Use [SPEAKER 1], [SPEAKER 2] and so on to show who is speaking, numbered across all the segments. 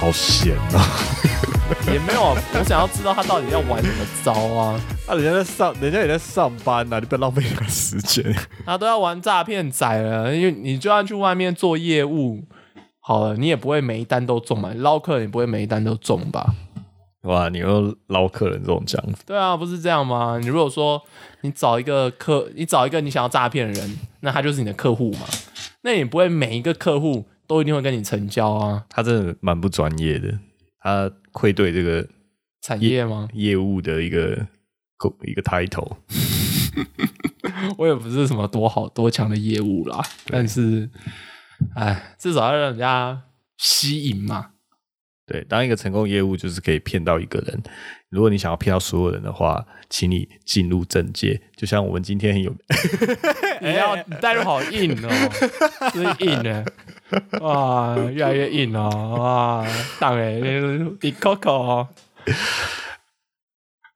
[SPEAKER 1] 好闲啊！
[SPEAKER 2] 也没有，我想要知道他到底要玩什么招啊？
[SPEAKER 1] 啊，人家在上，人家也在上班呐、啊你不要浪费你的时间。
[SPEAKER 2] 他都要玩诈骗仔了，因为你就算去外面做业务，好了，你也不会每一单都中嘛，你捞客人也不会每一单都中吧？
[SPEAKER 1] 哇，你又捞客人这种讲法，
[SPEAKER 2] 对啊，不是这样吗？你如果说你找一个客，你找一个你想要诈骗的人，那他就是你的客户嘛，那也不会每一个客户都一定会跟你成交啊，
[SPEAKER 1] 他真的蛮不专业的，他愧对这个
[SPEAKER 2] 产业吗？
[SPEAKER 1] 业务的一个一个 title。
[SPEAKER 2] 我也不是什么多好多强的业务啦，但是，哎，至少要让人家吸引嘛。
[SPEAKER 1] 对，当一个成功业务就是可以骗到一个人。如果你想要骗到所有人的话，请你进入正界。就像我们今天有
[SPEAKER 2] 你要你带入好硬哦，真是硬呢、哇，越来越硬哦，哇，当哎，比 Coco 哦，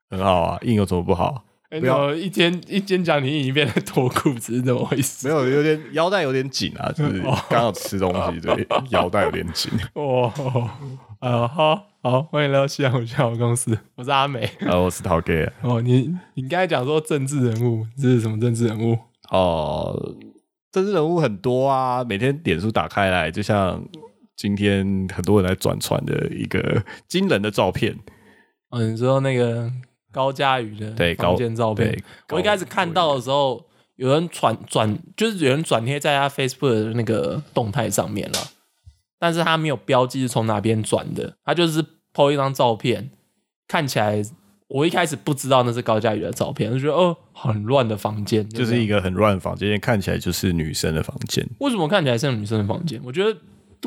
[SPEAKER 1] 很好啊，硬有什么不好？
[SPEAKER 2] 哎
[SPEAKER 1] 不要
[SPEAKER 2] 呦，一间一间讲你硬一边在脱裤子是怎么回
[SPEAKER 1] 没
[SPEAKER 2] 事？
[SPEAKER 1] 有，有点腰带有点紧啊， 就是刚好吃东西，对，腰带有点紧。
[SPEAKER 2] 哦，呃，好好，欢迎来到西洋无效公司，我是阿美。
[SPEAKER 1] 啊，我是陶 K
[SPEAKER 2] 哦，你你刚才讲说政治人物，这是什么政治人物？
[SPEAKER 1] 哦，政治人物很多啊，每天点数打开来，就像今天很多人来转传的一个惊人的照片，
[SPEAKER 2] 哦，你说那个高佳宇的
[SPEAKER 1] 对高
[SPEAKER 2] 房间照片
[SPEAKER 1] 对，高
[SPEAKER 2] 我一开始看到的时候，有人转转，就是有人转贴在他 Facebook 的那个动态上面了，但是他没有标记是从哪边转的，他就是 PO 一张照片，看起来我一开始不知道那是高佳宇的照片，就觉得哦很乱的房间，
[SPEAKER 1] 就是一
[SPEAKER 2] 个
[SPEAKER 1] 个很乱的房间，看起来就是女生的房间，
[SPEAKER 2] 为什么看起来像女生的房间？我觉得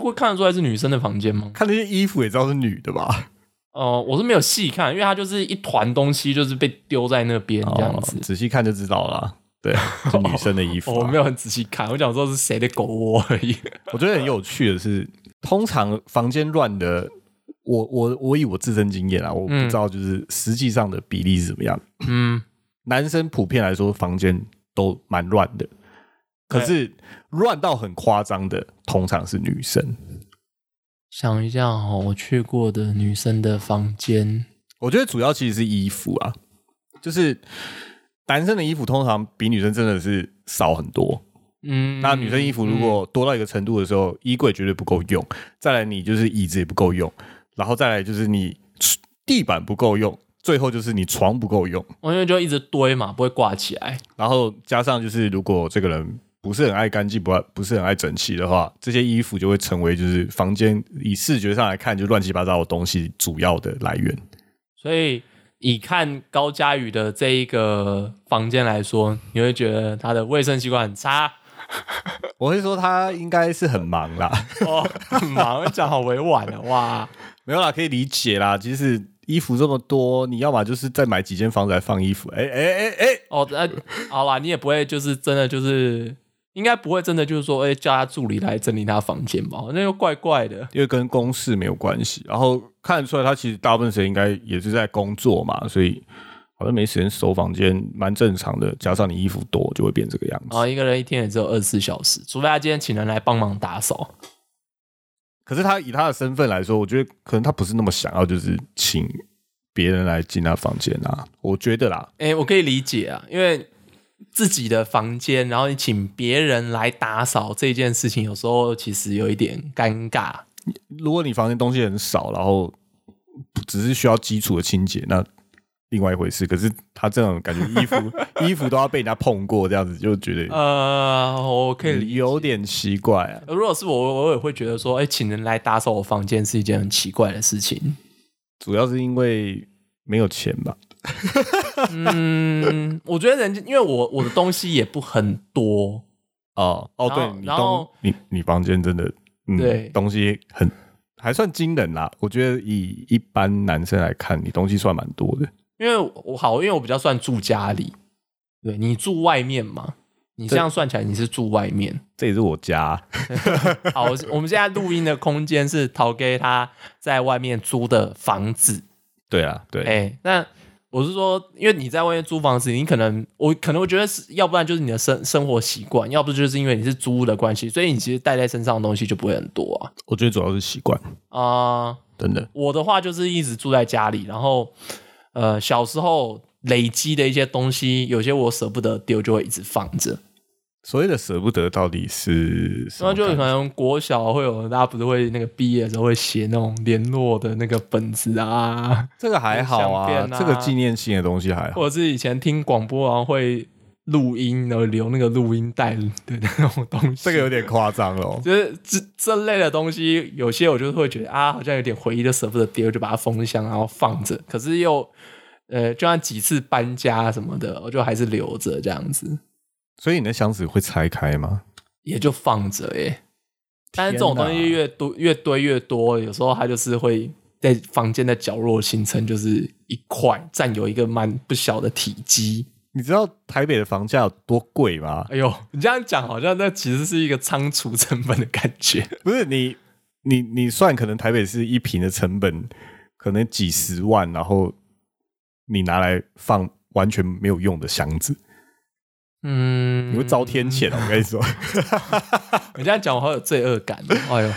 [SPEAKER 2] 会看得出来是女生的房间吗？
[SPEAKER 1] 看那些衣服也知道是女的吧？
[SPEAKER 2] 哦、我是没有细看，因为它就是一团东西，就是被丢在那边这样子
[SPEAKER 1] 哦。仔细看就知道啦。 对，是女生的衣服、啊
[SPEAKER 2] 哦我没有很仔细看，我想说是谁的狗窝而已。
[SPEAKER 1] 我觉得很有趣的是，通常房间乱的，我我我以我自身经验啊，我不知道就是实际上的比例是怎么样。
[SPEAKER 2] 嗯，
[SPEAKER 1] 男生普遍来说房间都蛮乱的，可是乱到很夸张的，通常是女生。
[SPEAKER 2] 想一下哦，我去过的女生的房间，
[SPEAKER 1] 我觉得主要其实是衣服啊，就是男生的衣服通常比女生真的是少很多。
[SPEAKER 2] 嗯，
[SPEAKER 1] 那女生衣服如果多到一个程度的时候，衣柜绝对不够用。再来，你就是椅子也不够用，然后再来就是你地板不够用，最后就是你床不够用。
[SPEAKER 2] 嗯我因为就一直堆嘛，不会挂起来。
[SPEAKER 1] 然后加上就是，如果这个人不是很爱干净，不爱不是很爱整齐的话，这些衣服就会成为就是房间以视觉上来看就乱七八糟的东西主要的来源。
[SPEAKER 2] 所以以看高佳宇的这一个房间来说，你会觉得他的卫生习惯 很差
[SPEAKER 1] 我会说他应该是很忙啦，
[SPEAKER 2] 哦，很忙，讲好委婉了哇。
[SPEAKER 1] 没有啦，可以理解啦。其实衣服这么多，你要么就是再买几间房子来放衣服，哎哎哎哎，
[SPEAKER 2] 哦，那、好啦，你也不会就是真的就是，应该不会真的就是说，哎、叫他助理来整理他房间吧？那又怪怪的。
[SPEAKER 1] 因为跟公事没有关系。然后看得出来，他其实大部分时间应该也是在工作嘛，所以好像没时间收房间，蛮正常的。加上你衣服多，就会变这个样子
[SPEAKER 2] 然。后一个人一天也只有二十四小时，除非他今天请人来帮忙打扫。
[SPEAKER 1] 可是他以他的身份来说，我觉得可能他不是那么想要，就是请别人来进他房间啊。我觉得啦，
[SPEAKER 2] 哎、我可以理解啊，因为自己的房间，然后你请别人来打扫这件事情，有时候其实有一点尴尬。
[SPEAKER 1] 如果你房间东西很少，然后只是需要基础的清洁，那另外一回事。可是他这种感觉，衣服衣服都要被人家碰过，这样子就觉得
[SPEAKER 2] 呃，我可以理
[SPEAKER 1] 有点奇怪啊。
[SPEAKER 2] 如果是我，我也会觉得说，哎、请人来打扫我房间是一件很奇怪的事情。
[SPEAKER 1] 主要是因为没有钱吧。
[SPEAKER 2] 嗯，我觉得人家，因为我我的东西也不很多，
[SPEAKER 1] 哦哦，
[SPEAKER 2] 然后
[SPEAKER 1] 对，你
[SPEAKER 2] 然后
[SPEAKER 1] 东你你房间真的，嗯，
[SPEAKER 2] 对
[SPEAKER 1] 东西很还算惊人啦。我觉得以一般男生来看，你东西算蛮多的。
[SPEAKER 2] 因为我好，因为我比较算住家里，对你住外面嘛，你这样算起来你是住外面。
[SPEAKER 1] 这也是我家，
[SPEAKER 2] 好，我我们现在录音的空间是陶给他在外面租的房子，
[SPEAKER 1] 对啊，对，
[SPEAKER 2] 哎、那。我是说，因为你在外面租房子，你可能我可能我觉得是要不然就是你的生生活习惯，要不就是因为你是租屋的关系，所以你其实带在身上的东西就不会很多啊。
[SPEAKER 1] 我觉得主要是习惯。
[SPEAKER 2] 啊、
[SPEAKER 1] 真的，
[SPEAKER 2] 我的话就是一直住在家里，然后呃，小时候累积的一些东西，有些我舍不得丢，就会一直放着。
[SPEAKER 1] 所谓的舍不得到底是什
[SPEAKER 2] 那
[SPEAKER 1] 么
[SPEAKER 2] 就可
[SPEAKER 1] 感觉
[SPEAKER 2] 能国小会有大家不是会那个毕业的时候会写那种联络的那个本 子啊，
[SPEAKER 1] 这个还好啊，
[SPEAKER 2] 相片啊
[SPEAKER 1] 这个纪念性的东西还好。
[SPEAKER 2] 或者是以前听广播然后会录音，然后留那个录音带的那种东西。
[SPEAKER 1] 这个有点夸张了，哦
[SPEAKER 2] 就是这这类的东西，有些我就会觉得啊，好像有点回忆，就舍不得丢，就把它封箱，然后放着。可是又，呃，就算几次搬家什么的，我就还是留着这样子，
[SPEAKER 1] 所以你的箱子会拆开吗？
[SPEAKER 2] 也就放着耶、但是这种
[SPEAKER 1] 天
[SPEAKER 2] 东
[SPEAKER 1] 哪
[SPEAKER 2] 西越多越堆越多，有时候它就是会在房间的角落形成就是一块，占有一个蛮不小的体积。
[SPEAKER 1] 你知道台北的房价有多贵吗？
[SPEAKER 2] 哎呦，你这样讲好像那其实是一个仓储成本的感觉。
[SPEAKER 1] 不是你，你你算可能台北市一平的成本可能几十万，然后你拿来放完全没有用的箱子，
[SPEAKER 2] 嗯，
[SPEAKER 1] 你会遭天谴啊！我跟你说，
[SPEAKER 2] 你这样讲我好有罪恶感哦。哎呦。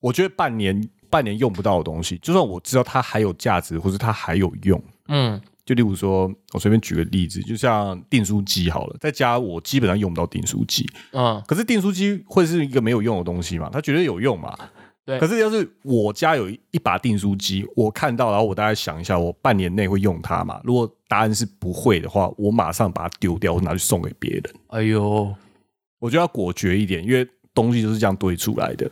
[SPEAKER 1] 我觉得半年半年用不到的东西，就算我知道它还有价值，或是它还有用，
[SPEAKER 2] 嗯，
[SPEAKER 1] 就例如说，我随便举个例子，就像订书机好了，在家我基本上用不到订书机，
[SPEAKER 2] 嗯，
[SPEAKER 1] 可是订书机会是一个没有用的东西嘛？它绝对有用嘛？
[SPEAKER 2] 对
[SPEAKER 1] 可是要是我家有一把订书机，我看到，然后我大概想一下，我半年内会用它嘛？如果答案是不会的话，我马上把它丢掉，我拿去送给别人。
[SPEAKER 2] 哎呦，
[SPEAKER 1] 我就要果决一点，因为东西就是这样堆出来的，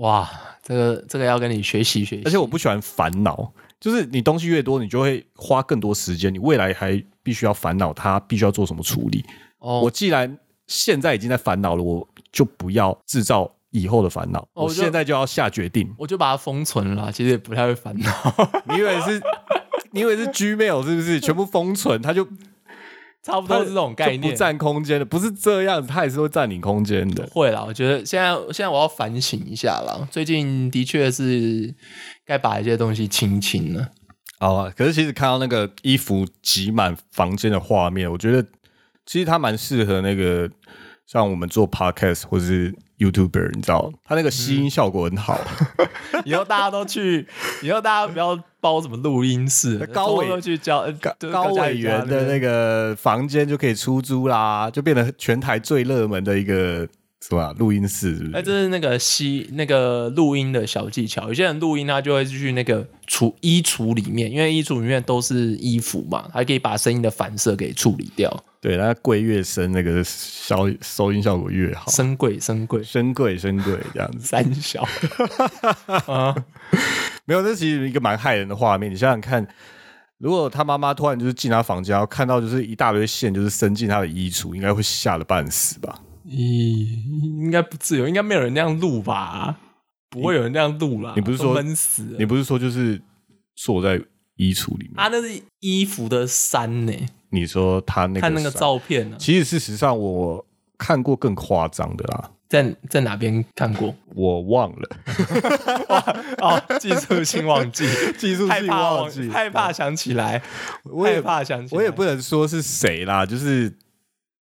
[SPEAKER 2] 哇，这个这个要跟你学习学
[SPEAKER 1] 而
[SPEAKER 2] 习。
[SPEAKER 1] 且我不喜欢烦恼。就是你东西越多，你就会花更多时间，你未来还必须要烦恼它必须要做什么处理。
[SPEAKER 2] 哦
[SPEAKER 1] 我既然现在已经在烦恼了，我就不要制造以后的烦恼。
[SPEAKER 2] 哦
[SPEAKER 1] 我
[SPEAKER 2] 我就
[SPEAKER 1] 现在就要下决定。
[SPEAKER 2] 我就把它封存了，其实也不太会烦恼。
[SPEAKER 1] 你以为是，你以为是 Gmail 是不是？全部封存，它就
[SPEAKER 2] 差不多是这种 概
[SPEAKER 1] 就
[SPEAKER 2] 念。
[SPEAKER 1] 不占空间的，不是这样子，它也是会占领空间的。
[SPEAKER 2] 会啦，我觉得现在现在我要反省一下啦。最近的确是该把一些东西清一清了。
[SPEAKER 1] 好啊，可是其实看到那个衣服挤满房间的画面，我觉得其实它蛮适合那个像我们做 podcast 或是 YouTuber，你知道，它那个吸
[SPEAKER 2] 嗯
[SPEAKER 1] 音效果很 好。
[SPEAKER 2] 以后大家都去， 以后大家不要包什么录音室，
[SPEAKER 1] 高伟
[SPEAKER 2] 偷偷去教呃
[SPEAKER 1] 高高委员的那
[SPEAKER 2] 个
[SPEAKER 1] 个房间就可以出租啦，就变得全台最热门的一个什么啊录、音室是不
[SPEAKER 2] 哎，
[SPEAKER 1] 是，
[SPEAKER 2] 这是那个吸那个录音的小技巧。有些人录音，他就会去那个储衣橱里面，因为衣橱里面都是衣服嘛，还可以把声音的反射给处理掉。
[SPEAKER 1] 对，那贵越深，那个效收音效果越好，
[SPEAKER 2] 深贵，深贵，
[SPEAKER 1] 深贵深贵这样子。
[SPEAKER 2] 三小啊，
[SPEAKER 1] 没有，这其实一个蛮害人的画面。你想想看，如果他妈妈突然就是进他房间，然后看到就是一大堆线，就是伸进他的衣橱，应该会吓得半死吧？
[SPEAKER 2] 咦，应该不自由，应该没有人那样录吧？不会有人那样录啦。
[SPEAKER 1] 你不是说
[SPEAKER 2] 都闷死了
[SPEAKER 1] 你不是说就是坐在衣橱里面？
[SPEAKER 2] 啊？那是衣服的衫呢、
[SPEAKER 1] 你说他那个
[SPEAKER 2] 看那个
[SPEAKER 1] 伞，
[SPEAKER 2] 照片呢、啊，
[SPEAKER 1] 其实事实上我看过更夸张的啦。
[SPEAKER 2] 在在哪边看过？
[SPEAKER 1] 我忘了，
[SPEAKER 2] 哦，技术性忘记，
[SPEAKER 1] 技术
[SPEAKER 2] 害
[SPEAKER 1] 性
[SPEAKER 2] 怕
[SPEAKER 1] 忘
[SPEAKER 2] 忘
[SPEAKER 1] 记，
[SPEAKER 2] 害怕想起来，
[SPEAKER 1] 我也
[SPEAKER 2] 害怕想起来，
[SPEAKER 1] 我也不能说是谁啦，就是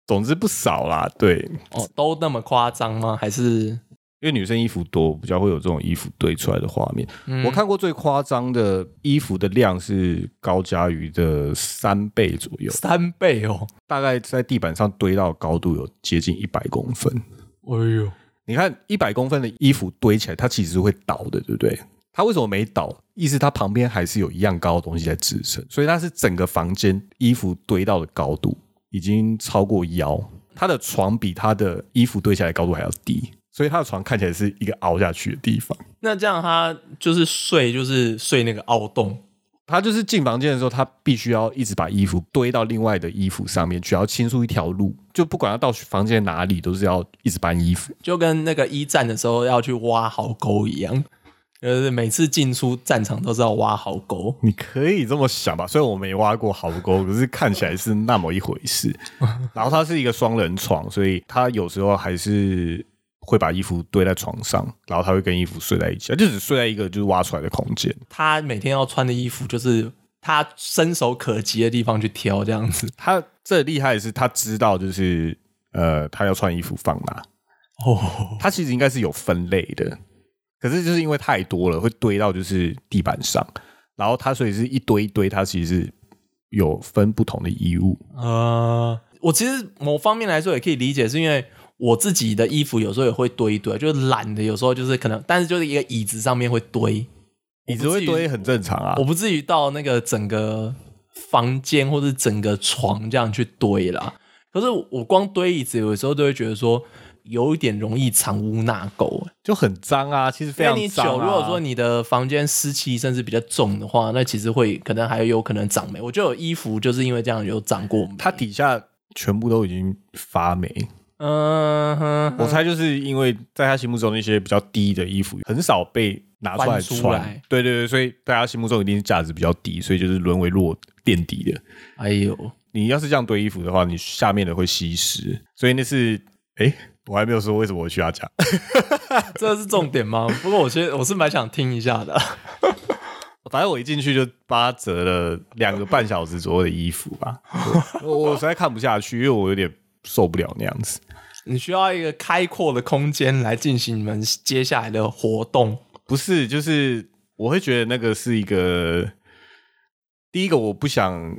[SPEAKER 1] 总之不少啦，对，
[SPEAKER 2] 哦，都那么夸张吗？还是
[SPEAKER 1] 因为女生衣服多，比较会有这种衣服堆出来的画面。嗯
[SPEAKER 2] 嗯
[SPEAKER 1] 我看过最夸张的衣服的量是高佳瑜的三倍左右，
[SPEAKER 2] 三倍哦？
[SPEAKER 1] 大概在地板上堆到的高度有接近一百公分。
[SPEAKER 2] 哎呦，
[SPEAKER 1] 你看一百公分的衣服堆起来，它其实是会倒的，对不对？它为什么没倒？意思它旁边还是有一样高的东西在支撑，所以它是整个房间衣服堆到的高度已经超过腰，它的床比它的衣服堆起来的高度还要低，所以它的床看起来是一个凹下去的地方。
[SPEAKER 2] 那这样他就是睡，就是睡那个凹洞，
[SPEAKER 1] 他就是进房间的时候，他必须要一直把衣服堆到另外的衣服上面去，要清出一条路，就不管他到房间哪里，都是要一直搬衣服。
[SPEAKER 2] 就跟那个一战的时候要去挖壕沟一样，就是每次进出战场都是要挖壕沟。
[SPEAKER 1] 你可以这么想吧，虽然我没挖过壕沟，可是看起来是那么一回 事。然后它是一个双人床，所以他有时候还是会把衣服堆在床上，然后他会跟衣服睡在一起，他就只睡在一个就是挖出来的空间。
[SPEAKER 2] 他每天要穿的衣服就是他伸手可及的地方去挑，这样子。
[SPEAKER 1] 他最厉害的是，他知道就是呃，他要穿衣服放哪。
[SPEAKER 2] 哦，
[SPEAKER 1] 他其实应该是有分类的，可是就是因为太多了，会堆到就是地板上，然后它所以是一堆一堆，它其实是有分不同的衣物。
[SPEAKER 2] 呃，我其实某方面来说也可以理解，是因为我自己的衣服有时候也会堆一堆，就是懒的，有时候就是可能，但是就是一个椅子上面会堆，
[SPEAKER 1] 椅子会堆很正常啊
[SPEAKER 2] 我，不至于到那个整个房间或者整个床这样去堆啦。可是我光堆椅子，有时候都会觉得说有一点容易藏污纳垢、欸
[SPEAKER 1] 就很脏啊，其实非
[SPEAKER 2] 因为
[SPEAKER 1] 常
[SPEAKER 2] 你久，
[SPEAKER 1] 脏、啊。
[SPEAKER 2] 如果说你的房间湿气甚至比较重的话，那其实会可能还有可能长霉。我就有衣服就是因为这样有长过霉。
[SPEAKER 1] 它底下全部都已经发霉，
[SPEAKER 2] 嗯哼
[SPEAKER 1] 我
[SPEAKER 2] 哼，
[SPEAKER 1] 猜就是因为在他心目中那些比较低的衣服很少被拿出来
[SPEAKER 2] 翻出
[SPEAKER 1] 穿，
[SPEAKER 2] 来
[SPEAKER 1] 对对对，所以在他心目中一定是价值比较低，所以就是沦为落垫底的。
[SPEAKER 2] 哎呦，
[SPEAKER 1] 你要是这样堆衣服的话，你下面的会吸湿，所以那是哎，我还没有说为什么我去他家，
[SPEAKER 2] 这是重点吗？不过我觉得我是蛮想听一下的。
[SPEAKER 1] 反正我一进去就八折了两个半小时左右的衣服吧，对 我我实在看不下去，因为我有点受不了那样子。
[SPEAKER 2] 你需要一个开阔的空间来进行你们接下来的活动。
[SPEAKER 1] 不是，就是我会觉得那个是一个，第一个我不想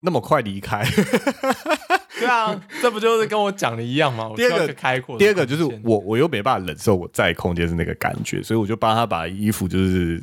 [SPEAKER 1] 那么快离 开，
[SPEAKER 2] 对啊，这不就是跟我讲的一样吗？我
[SPEAKER 1] 第二
[SPEAKER 2] 需要
[SPEAKER 1] 个
[SPEAKER 2] 一开阔的空间，
[SPEAKER 1] 第二个就是我我又没办法忍受我在空间是那个感觉，所以我就帮他把衣服就是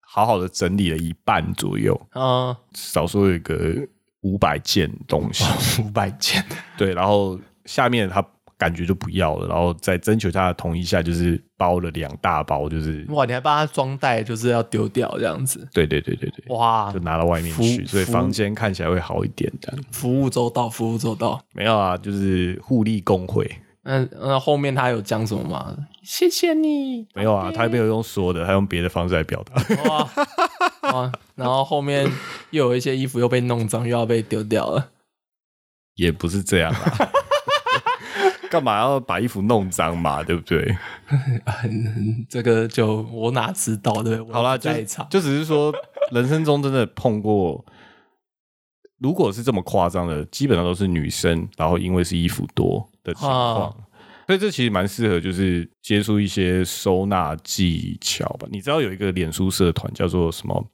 [SPEAKER 1] 好好的整理了一半左右，
[SPEAKER 2] 嗯，
[SPEAKER 1] 少说有个五百件东西，
[SPEAKER 2] 五百件，
[SPEAKER 1] 对，然后下面他。感觉就不要了，然后在征求他的同意下，就是包了两大包，就是
[SPEAKER 2] 哇！你还帮他装袋，就是要丢掉这样子，
[SPEAKER 1] 对对对对对，
[SPEAKER 2] 哇
[SPEAKER 1] 就！拿到外面去，
[SPEAKER 2] 服
[SPEAKER 1] 所以
[SPEAKER 2] 服
[SPEAKER 1] 房间看起来会好一点这样。
[SPEAKER 2] 服务周到，服务周到。
[SPEAKER 1] 没有啊，就是互利共会。
[SPEAKER 2] 那那后面他有讲什么吗？谢 谢你，
[SPEAKER 1] 没有啊，他没有用说的，他用别的方式来表达。
[SPEAKER 2] 哇哇！然后后面又有一些衣服又被弄脏，又要被丢 掉了。
[SPEAKER 1] 也不是这样 啊， 干嘛要把衣服弄脏嘛？对不对？
[SPEAKER 2] 这个就我哪知道对不对？
[SPEAKER 1] 好啦，
[SPEAKER 2] 我不
[SPEAKER 1] 就
[SPEAKER 2] 在场。
[SPEAKER 1] 就只是说，人生中真的碰过，如果是这么夸张的，基本上都是女生，然后因为是衣服多的情况。
[SPEAKER 2] 啊
[SPEAKER 1] 所以这其实蛮适合，就是接触一些收纳技巧吧。你知道有一个脸书社团叫做什么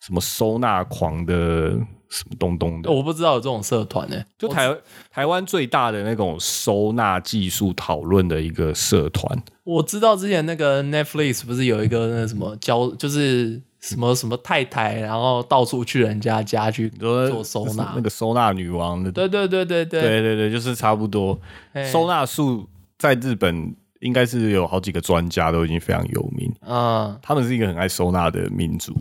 [SPEAKER 1] 什么收纳狂的什么东东的，
[SPEAKER 2] 我不知道有这种社团呢、欸
[SPEAKER 1] 就台台湾最大的那种收纳技术讨论的一个社团，
[SPEAKER 2] 我知道之前那个 Netflix 不是有一个那什么教，就是什么什么太太，然后到处去人家家去
[SPEAKER 1] 你说
[SPEAKER 2] 做收纳
[SPEAKER 1] 那。个收纳女王的，
[SPEAKER 2] 对对对对对，
[SPEAKER 1] 对对对，就是差不多。
[SPEAKER 2] 嘿
[SPEAKER 1] 收纳术在日本应该是有好几个专家都已经非常有名，
[SPEAKER 2] 嗯，
[SPEAKER 1] 他们是一个很爱收纳的民族，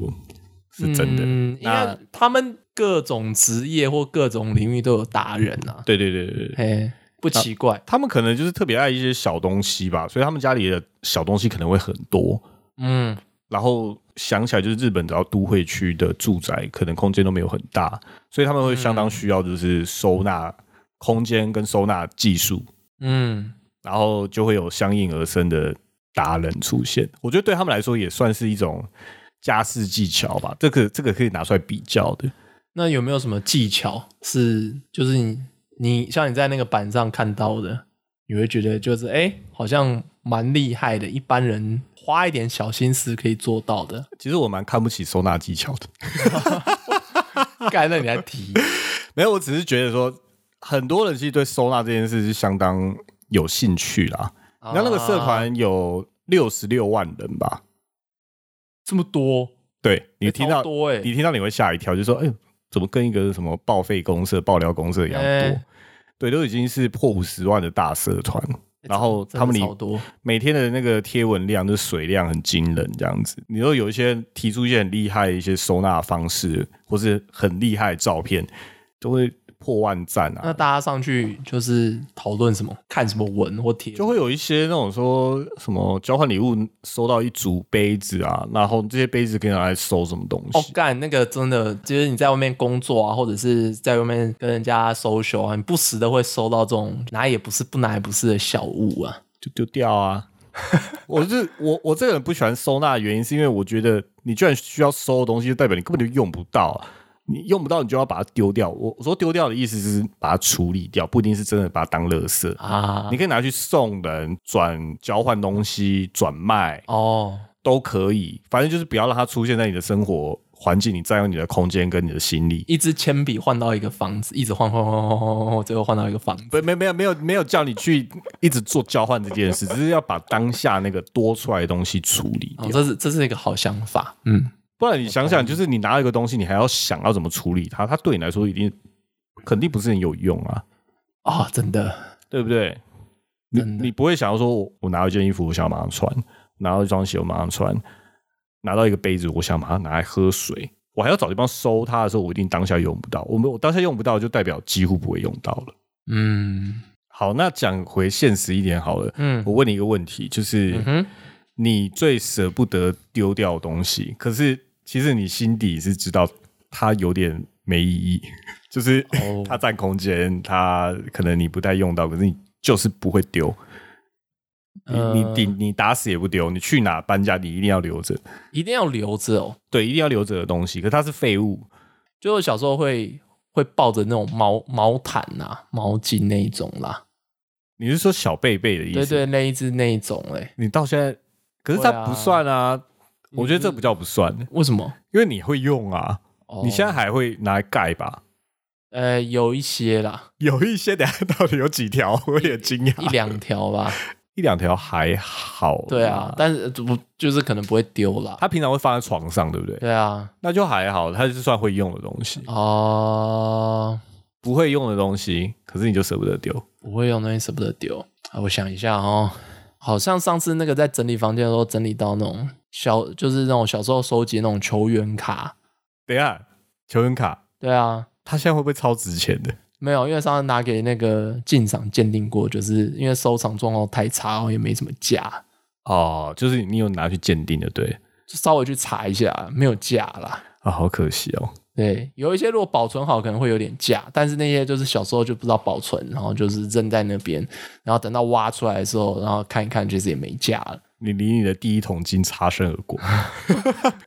[SPEAKER 1] 是真的。
[SPEAKER 2] 嗯，因
[SPEAKER 1] 那
[SPEAKER 2] 为他们各种职业或各种领域都有达人啊，
[SPEAKER 1] 对对对对对。
[SPEAKER 2] 嘿，不奇怪。
[SPEAKER 1] 他们可能就是特别爱一些小东西吧，所以他们家里的小东西可能会很多。
[SPEAKER 2] 嗯，
[SPEAKER 1] 然后想起来，就是日本只要都会区的住宅，可能空间都没有很大，所以他们会相
[SPEAKER 2] 嗯
[SPEAKER 1] 当需要就是收纳空间跟收纳技术，
[SPEAKER 2] 嗯，
[SPEAKER 1] 然后就会有相应而生的达人出现。我觉得对他们来说也算是一种家事技巧吧，这个这个可以拿出来比较的。
[SPEAKER 2] 那有没有什么技巧是就是你你像你在那个板上看到的，你会觉得就是哎、诶好像蛮厉害的，一般人花一点小心思可以做到的。
[SPEAKER 1] 其实我蛮看不起收纳技巧的，
[SPEAKER 2] 干，那你还提？
[SPEAKER 1] 没有，我只是觉得说，很多人其实对收纳这件事是相当有兴趣啦。
[SPEAKER 2] 那
[SPEAKER 1] 那那个社团有六十六万人吧？
[SPEAKER 2] 这么多，
[SPEAKER 1] 对你
[SPEAKER 2] 欸
[SPEAKER 1] 听到
[SPEAKER 2] 超多哎、
[SPEAKER 1] 你听到你会吓一跳，就说：“哎呦，怎么跟一个什么报废公社、爆料公社一样多？”
[SPEAKER 2] 哎
[SPEAKER 1] 对，都已经是破五十万的大社团，然后
[SPEAKER 2] 真的
[SPEAKER 1] 他们里
[SPEAKER 2] 超多，
[SPEAKER 1] 每天的那个贴文量、就是水量很惊人，这样子。你说有一些提出一些很厉害的一些收纳方式，或是很厉害的照片，都会破万赞啊
[SPEAKER 2] 那。大家上去就是讨论什么，看什么文或帖，
[SPEAKER 1] 就会有一些那种说什么交换礼物收到一组杯子啊，然后这些杯子可以拿来收什么东西。
[SPEAKER 2] 哦干那个真的，就是你在外面工作啊，或者是在外面跟人家 social 啊，你不时的会收到这种拿也不是不拿也不是的小物啊。
[SPEAKER 1] 就丢掉啊。 我是我我这个人不喜欢收纳的原因，是因为我觉得你居然需要收的东西，就代表你根本就用不到啊、你用不到，你就要把它丢掉。我我说丢掉的意思是把它处理掉，不一定是真的把它当垃圾。
[SPEAKER 2] 啊
[SPEAKER 1] 你可以拿去送人、转交换东西、转卖
[SPEAKER 2] 哦，
[SPEAKER 1] 都可以，反正就是不要让它出现在你的生活环境，你占用你的空间跟你的心力。
[SPEAKER 2] 一支铅笔换到一个房子，一直换换换换换换换，最后换到一个房子。
[SPEAKER 1] 不，没没有没有没有叫你去一直做交换这件事，只是要把当下那个多出来的东西处理
[SPEAKER 2] 哦，
[SPEAKER 1] 掉。
[SPEAKER 2] 这是这是一个好想法，嗯，
[SPEAKER 1] 不然你想想，就是你拿一个东西，你还要想要怎么处理它，它对你来说一定肯定不是很有用啊，
[SPEAKER 2] 啊、真的，
[SPEAKER 1] 对不对？你
[SPEAKER 2] 真的
[SPEAKER 1] 你不会想要说我我拿到一件衣服，我想要马上穿；拿到一双鞋，我马上穿；拿到一个杯子，我想马上拿来喝水。我还要找地方收它的时候，我一定当下用不到。我没有我当下用不到，就代表几乎不会用到了。
[SPEAKER 2] 嗯
[SPEAKER 1] 好，那讲回现实一点好了。
[SPEAKER 2] 嗯
[SPEAKER 1] 我问你一个问题，就是、
[SPEAKER 2] 嗯哼，
[SPEAKER 1] 你最舍不得丢掉的东西，可是其实你心底是知道它有点没意义， 就是
[SPEAKER 2] 哦
[SPEAKER 1] 它占空间，它可能你不太用到，可是你就是不会丢。你
[SPEAKER 2] 呃
[SPEAKER 1] 你顶你打死也不丢，你去哪搬家你一定要留着，
[SPEAKER 2] 一定要留着哦。
[SPEAKER 1] 对，一定要留着的东西。可是它是废物，
[SPEAKER 2] 就我小时候会会抱着那种毛毛毯啊、毛巾那一种啦，
[SPEAKER 1] 你是说小贝贝的意思？
[SPEAKER 2] 对对，那一只那一种嘞、
[SPEAKER 1] 你到现在，可是它
[SPEAKER 2] 对啊
[SPEAKER 1] 不算啊，我觉得这不叫不算，
[SPEAKER 2] 为什么？
[SPEAKER 1] 因为你会用啊，
[SPEAKER 2] 哦
[SPEAKER 1] 你现在还会拿来盖吧？
[SPEAKER 2] 呃有一些啦，
[SPEAKER 1] 有一些，等下到底有几条？我有点惊讶，
[SPEAKER 2] 一两 条吧，
[SPEAKER 1] 一两条还好。
[SPEAKER 2] 对啊，，但是不就是可能不会丢啦，
[SPEAKER 1] 他平常会放在床上，对不对？
[SPEAKER 2] 对啊，
[SPEAKER 1] 那就还好，它就是算会用的东西。
[SPEAKER 2] 哦、
[SPEAKER 1] 不会用的东西，可是你就舍不得丢。
[SPEAKER 2] 不会用东西舍不得丢啊。我想一下哦，好像上次那个在整理房间的时候，整理到那种小，就是那种小时候收集那种球员卡。
[SPEAKER 1] 等一下，球员卡，
[SPEAKER 2] 对啊，
[SPEAKER 1] 它现在会不会超值钱的？
[SPEAKER 2] 没有，因为上次拿给那个鉴赏鉴定过，就是因为收藏状况太差，也没什么价，
[SPEAKER 1] 哦，就是你有拿去鉴定的，对
[SPEAKER 2] 就稍微去查一下，没有价啦。
[SPEAKER 1] 啊，好可惜哦。
[SPEAKER 2] 对，有一些如果保存好可能会有点价，但是那些就是小时候就不知道保存，然后就是扔在那边，然后等到挖出来的时候，然后看一看，其实也没价了。
[SPEAKER 1] 你离你的第一桶金擦身而 过，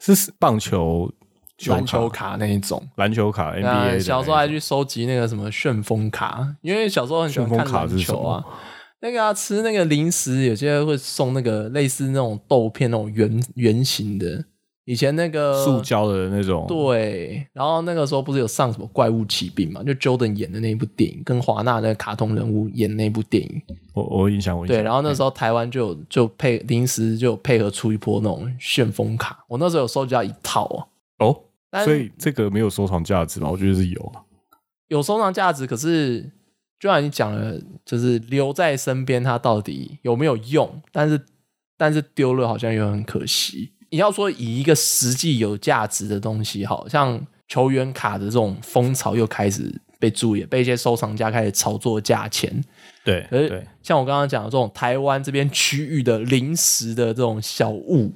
[SPEAKER 1] 是棒球、球
[SPEAKER 2] 篮球、卡那一种，
[SPEAKER 1] 篮球卡、NBA 的那
[SPEAKER 2] 啊，
[SPEAKER 1] 一种
[SPEAKER 2] 小时候还去收集那个什么旋风卡，因为小时候很喜欢看篮
[SPEAKER 1] 旋
[SPEAKER 2] 球
[SPEAKER 1] 风卡
[SPEAKER 2] 啊。那个啊，吃那个零食，有些会送那个类似那种豆片那种圆圆形的。以前那个
[SPEAKER 1] 塑胶的那种，
[SPEAKER 2] 对，然后那个时候不是有上什么怪物骑兵嘛，就 Jordan 演的那一部电影，跟华纳那个卡通人物演那部电影。
[SPEAKER 1] 我我有印象我有印
[SPEAKER 2] 对，
[SPEAKER 1] 象。
[SPEAKER 2] 然后那时候台湾就有就配临时就有配合出一波那种旋风卡，我那时候有收集到一套哦。
[SPEAKER 1] 哦，
[SPEAKER 2] 但
[SPEAKER 1] 所以这个没有收藏价值吧？我觉得是有啊。
[SPEAKER 2] 有收藏价值，可是就像你讲了，就是留在身边，它到底有没有用？但是但是丢了好像又很可惜。你要说以一个实际有价值的东西，好像球员卡的这种风潮又开始被注意了，被一些收藏家开始炒作价钱。
[SPEAKER 1] 对，
[SPEAKER 2] 可
[SPEAKER 1] 对
[SPEAKER 2] 是，像我刚刚讲的这种台湾这边区域的临时的这种小物，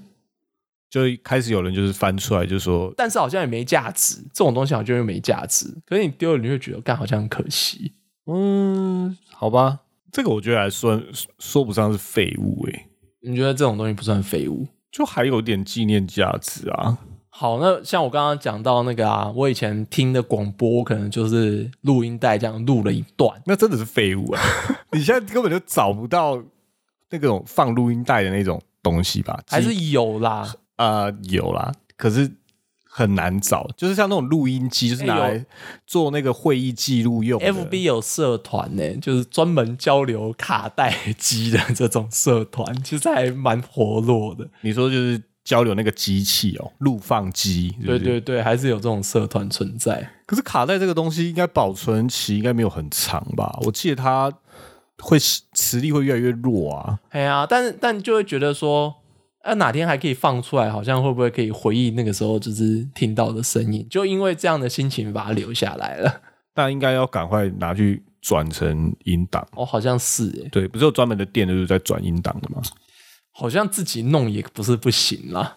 [SPEAKER 1] 就开始有人就是翻出来就说，
[SPEAKER 2] 但是好像也没价值，这种东西好像又没价值。可是你丢了，你会觉得干好像很可惜。
[SPEAKER 1] 嗯，好吧，这个我觉得还算说不上是废物诶、欸
[SPEAKER 2] 你觉得这种东西不算废物？
[SPEAKER 1] 就还有点纪念价值啊。
[SPEAKER 2] 好，那像我刚刚讲到那个啊，我以前听的广播，我可能就是录音带这样录了一段。
[SPEAKER 1] 那真的是废 物啊！你现在根本就找不到那种放录音带的那种东西吧？
[SPEAKER 2] 还是
[SPEAKER 1] 机
[SPEAKER 2] 有啦，
[SPEAKER 1] 啊、有啦，可是很难找，就是像那种录音机，就是拿
[SPEAKER 2] 哎有
[SPEAKER 1] 来做那个会议记录用的。
[SPEAKER 2] FB 有社团呢、就是专门交流卡带机的这种社团，其实还蛮活络的。
[SPEAKER 1] 你说就是交流那个机器哦，录放机，是不
[SPEAKER 2] 对
[SPEAKER 1] 是
[SPEAKER 2] 对对，还是有这种社团存在。
[SPEAKER 1] 可是卡带这个东西，应该保存期应该没有很长吧？我记得它会磁力会越来越弱啊。
[SPEAKER 2] 哎呀，但是但就会觉得说，啊，哪天还可以放出来，好像会不会可以回忆那个时候就是听到的声音？就因为这样的心情把它留下来了。
[SPEAKER 1] 但应该要赶快拿去转成音档。
[SPEAKER 2] 哦，好像是哎、
[SPEAKER 1] 对，不是有专门的店就是在转音档的吗？
[SPEAKER 2] 好像自己弄也不是不行啦，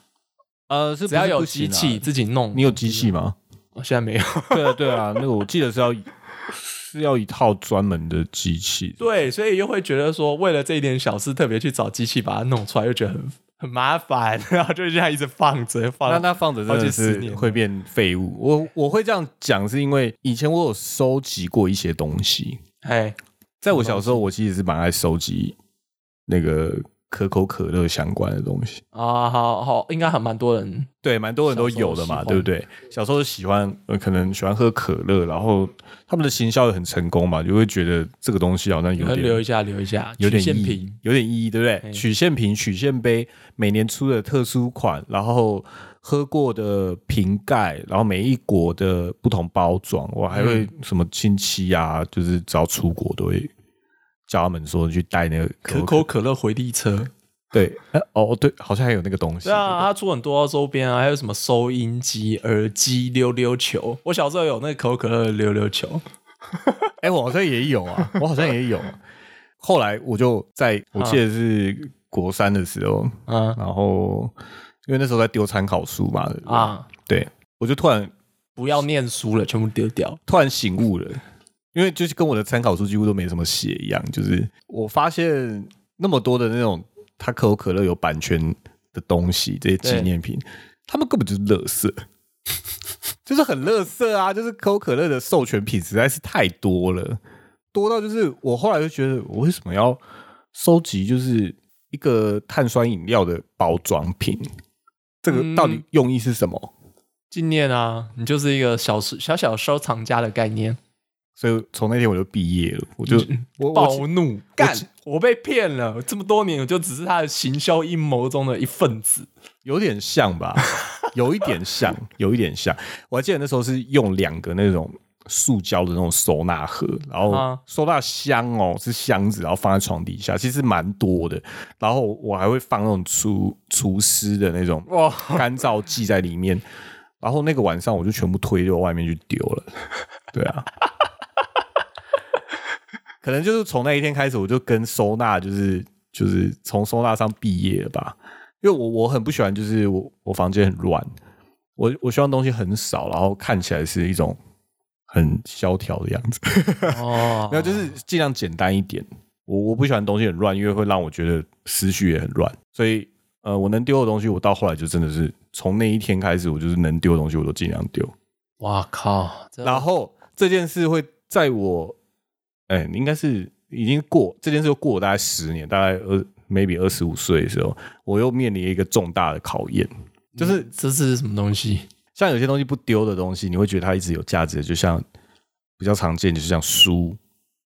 [SPEAKER 1] 呃，是
[SPEAKER 2] 只要有机器，自己弄。
[SPEAKER 1] 你有机器吗？
[SPEAKER 2] 哦啊现在 没有？
[SPEAKER 1] 对啊，对啊，那个我记得是 要是要一套专门的机器。
[SPEAKER 2] 对，所以又会觉得说，为了这一点小事，特别去找机器把它弄出来，又觉得很很麻烦， 然后就这样一直放着放
[SPEAKER 1] 那
[SPEAKER 2] 着。
[SPEAKER 1] 那放着真
[SPEAKER 2] 好
[SPEAKER 1] 的
[SPEAKER 2] 几十
[SPEAKER 1] 是
[SPEAKER 2] 年
[SPEAKER 1] 会变废物。我我会这样讲，是因为以前我有收集过一些东西，
[SPEAKER 2] 哎，
[SPEAKER 1] 在我小时候，我其实是蛮爱收集那个可口可乐相关的东西。
[SPEAKER 2] 啊，好好，应该还蛮多人
[SPEAKER 1] 对，蛮多人都有的
[SPEAKER 2] 小时
[SPEAKER 1] 嘛，
[SPEAKER 2] 候喜欢
[SPEAKER 1] 对不对？小时候喜欢，呃，可能喜欢喝可乐，然后他们的行销也很成功嘛，就会觉得这个东西好像有点
[SPEAKER 2] 留一下，留一下，
[SPEAKER 1] 有点
[SPEAKER 2] 曲线
[SPEAKER 1] 意义
[SPEAKER 2] 瓶，
[SPEAKER 1] 有点意义，对不对？
[SPEAKER 2] 嘿
[SPEAKER 1] 曲线瓶、曲线杯每年出的特殊款，然后喝过的瓶盖，然后每一国的不同包装，我还会
[SPEAKER 2] 嗯
[SPEAKER 1] 什么亲戚啊，就是只要出国都会叫他们说去带那个
[SPEAKER 2] 可口可乐回力车。
[SPEAKER 1] 对，呃哦对，好像还有那个东西，
[SPEAKER 2] 对啊，他出很多周边啊，还有什么收音机、耳机、溜溜球。我小时候有那个可口可乐的溜溜球，
[SPEAKER 1] 哎、我好像也有 啊，我好像也有、啊。后来我就在我
[SPEAKER 2] 啊
[SPEAKER 1] 记得是国三的时候，
[SPEAKER 2] 嗯
[SPEAKER 1] 然后因为那时候在丢参考书嘛，啊，
[SPEAKER 2] 啊，
[SPEAKER 1] 对，我就突然
[SPEAKER 2] 不要念书了，全部丢掉。
[SPEAKER 1] 突然醒悟了，因为就是跟我的参考书几乎都没什么写一样，就是我发现那么多的那种它可口可乐有版权的东西，这些纪念品，他们根本就是垃圾， 就是很垃圾啊！就是可口可乐的授权品实在是太多了，多到就是我后来就觉得，我为什么要收集就是一个碳酸饮料的包装品？这个嗯到底用意是什么？
[SPEAKER 2] 纪念啊，你就是一个小时小小收藏家的概念。
[SPEAKER 1] 所以从那天我就毕业了，我就嗯我我
[SPEAKER 2] 暴怒，干！我被骗了，这么多年我就只是他的行销阴谋中的一份子。
[SPEAKER 1] 有点像吧，有一点像，有一点像。我还记得那时候是用两个那种塑胶的那种收纳盒，然后
[SPEAKER 2] 啊
[SPEAKER 1] 收纳箱哦是箱子，然后放在床底下，其实蛮多的。然后我还会放那种厨厨师的那种
[SPEAKER 2] 哇，
[SPEAKER 1] 干燥剂在里面。然后那个晚上我就全部推到外面去丢了，对啊。可能就是从那一天开始，我就跟收纳就是就是从收纳上毕业了吧，因为我我很不喜欢，就是我我房间很乱，我我希望东西很少，然后看起来是一种很萧条的样子。
[SPEAKER 2] 哦，
[SPEAKER 1] 没有，就是尽量简单一点。我我不喜欢东西很乱，因为会让我觉得思绪也很乱。所以呃，我能丢的东西，我到后来就真的是从那一天开始，我就是能丢的东西我都尽量丢。
[SPEAKER 2] 哇靠！这
[SPEAKER 1] 然后这件事会在我，哎、应该是已经过这件事又过了大概十年，大概二 maybe 二十五岁的时候，我又面临一个重大的考验，就是
[SPEAKER 2] 这是什么东西？
[SPEAKER 1] 像有些东西不丢的东西，你会觉得它一直有价值的，就像比较常见，就是像书，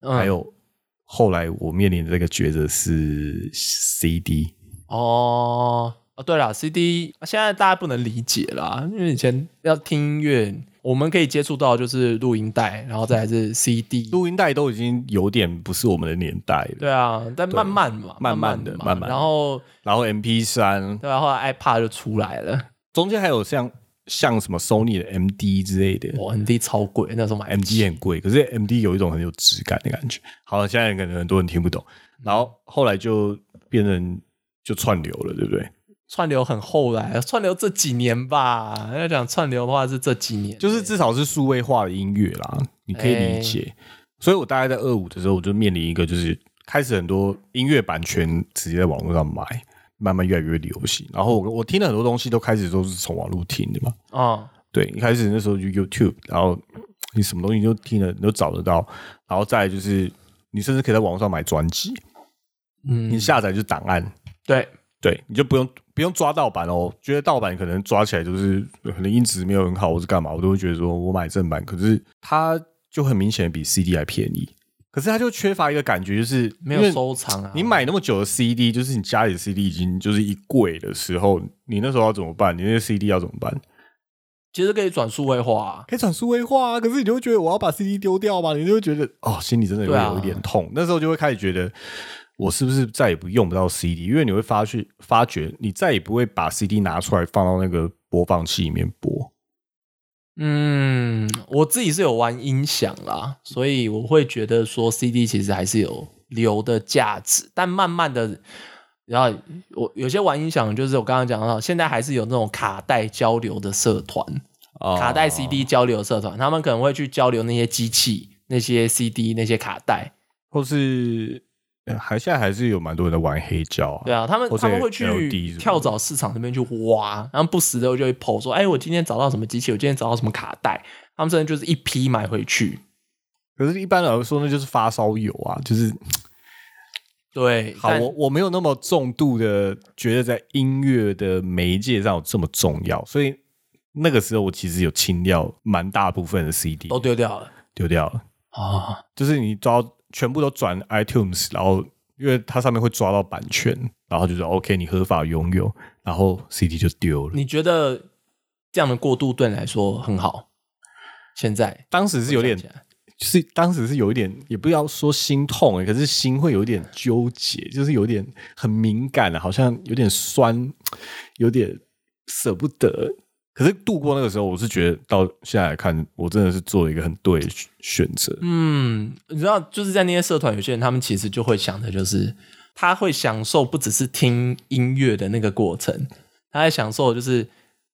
[SPEAKER 2] 嗯
[SPEAKER 1] 还有后来我面临的这个抉择是 CD，
[SPEAKER 2] 哦哦，对了，CD 现在大家不能理解啦，因为以前要听音乐，我们可以接触到就是录音带，然后再来是 CD。
[SPEAKER 1] 嗯录音带都已经有点不是我们的年代了。
[SPEAKER 2] 对啊，但慢慢嘛，
[SPEAKER 1] 慢慢
[SPEAKER 2] 慢
[SPEAKER 1] 地
[SPEAKER 2] 嘛
[SPEAKER 1] 慢慢地
[SPEAKER 2] 然后
[SPEAKER 1] 然后 MP 三
[SPEAKER 2] 对啊，后来 iPad 就出来了，
[SPEAKER 1] 中间还有像像什么 Sony 的 MD 之类的
[SPEAKER 2] 我 MD 超贵，那时候买不起
[SPEAKER 1] ，MD 很贵，可是 MD 有一种很有质感的感觉。好了，现在可能很多人听不懂。然后后来就变成就串流了，对不对？
[SPEAKER 2] 串流很后来，串流这几年吧，要讲串流的话是这几年，欸
[SPEAKER 1] 就是至少是数位化的音乐啦，你可以理解。所以我大概在二五的时候，我就面临一个，就是开始很多音乐版权直接在网络上买，慢慢越来越流行。然后我我听了很多东西，都开始都是从网络听的嘛。
[SPEAKER 2] 啊、
[SPEAKER 1] 对，一开始那时候就 YouTube，然后你什么东西都听了，你都找得到。然后再来就是，你甚至可以在网络上买专辑，
[SPEAKER 2] 嗯，
[SPEAKER 1] 你下载就是档案，
[SPEAKER 2] 对，
[SPEAKER 1] 对，你就不用不用抓盗版哦。觉得盗版可能抓起来就是呃可能音质没有很好，或是干嘛，我都会觉得说我买正版，可是它就很明显比 CD 还便宜。可是它就缺乏一个感觉，就是
[SPEAKER 2] 没
[SPEAKER 1] 因
[SPEAKER 2] 有
[SPEAKER 1] 为
[SPEAKER 2] 收藏啊，
[SPEAKER 1] 你买那么久的 CD，就是你家里的 CD 已经就是一柜的时候，你那时候要怎么办？你那些 CD 要怎么办？
[SPEAKER 2] 其实可以转数位化、啊，
[SPEAKER 1] 可以转数位化啊，可是你就会觉得我要把 CD 丢掉嘛，你就会觉得哦，心里真的会
[SPEAKER 2] 对啊
[SPEAKER 1] 有一点痛。那时候就会开始觉得，我是不是再也不用不到 CD？因为你会发去发觉，你再也不会把 CD 拿出来放到那个播放器里面播。
[SPEAKER 2] 嗯，我自己是有玩音响啦，所以我会觉得说 CD 其实还是有留的价值，但慢慢的，然后我有些玩音响就是我刚刚讲到，现在还是有那种卡带交流的社团，
[SPEAKER 1] 哦
[SPEAKER 2] 哦卡带 CD 交流的社团，他们可能会去交流那些机器、那些 CD、那些卡带，
[SPEAKER 1] 或是呃还现在还是有蛮多人在玩黑胶啊。
[SPEAKER 2] 对啊，他们
[SPEAKER 1] 或者
[SPEAKER 2] 他们会
[SPEAKER 1] LD 是
[SPEAKER 2] 去
[SPEAKER 1] 吧
[SPEAKER 2] 跳蚤市场那边去挖，然后不时的就会剖说，哎，我今天找到什么机器，我今天找到什么卡带，他们甚至就是一批买回去。
[SPEAKER 1] 可是，一般来说，那就是发烧友啊，就是
[SPEAKER 2] 对，
[SPEAKER 1] 好，
[SPEAKER 2] 但
[SPEAKER 1] 我我没有那么重度的觉得在音乐的媒介上有这么重要，所以那个时候我其实有清掉蛮大部分的 CD，
[SPEAKER 2] 都丢掉了
[SPEAKER 1] 丢掉了，
[SPEAKER 2] 啊。
[SPEAKER 1] 就是你抓全部都转 iTunes，然后因为它上面会抓到版权，然后就说 OK 你合法拥有，然后 CD 就丢了。
[SPEAKER 2] 你觉得这样的过渡对你来说很好？现在
[SPEAKER 1] 当时是有点
[SPEAKER 2] 想起，来
[SPEAKER 1] 就是当时是有一点，也不要说心痛、欸，可是心会有点纠结，就是有点很敏感啊的、好像有点酸，有点舍不得。可是度过那个时候，我是觉得到现在来看，我真的是做了一个很对的选选择。
[SPEAKER 2] 嗯，你知道，就是在那些社团，有些人他们其实就会想的，就是他会享受不只是听音乐的那个过程，他在享受就是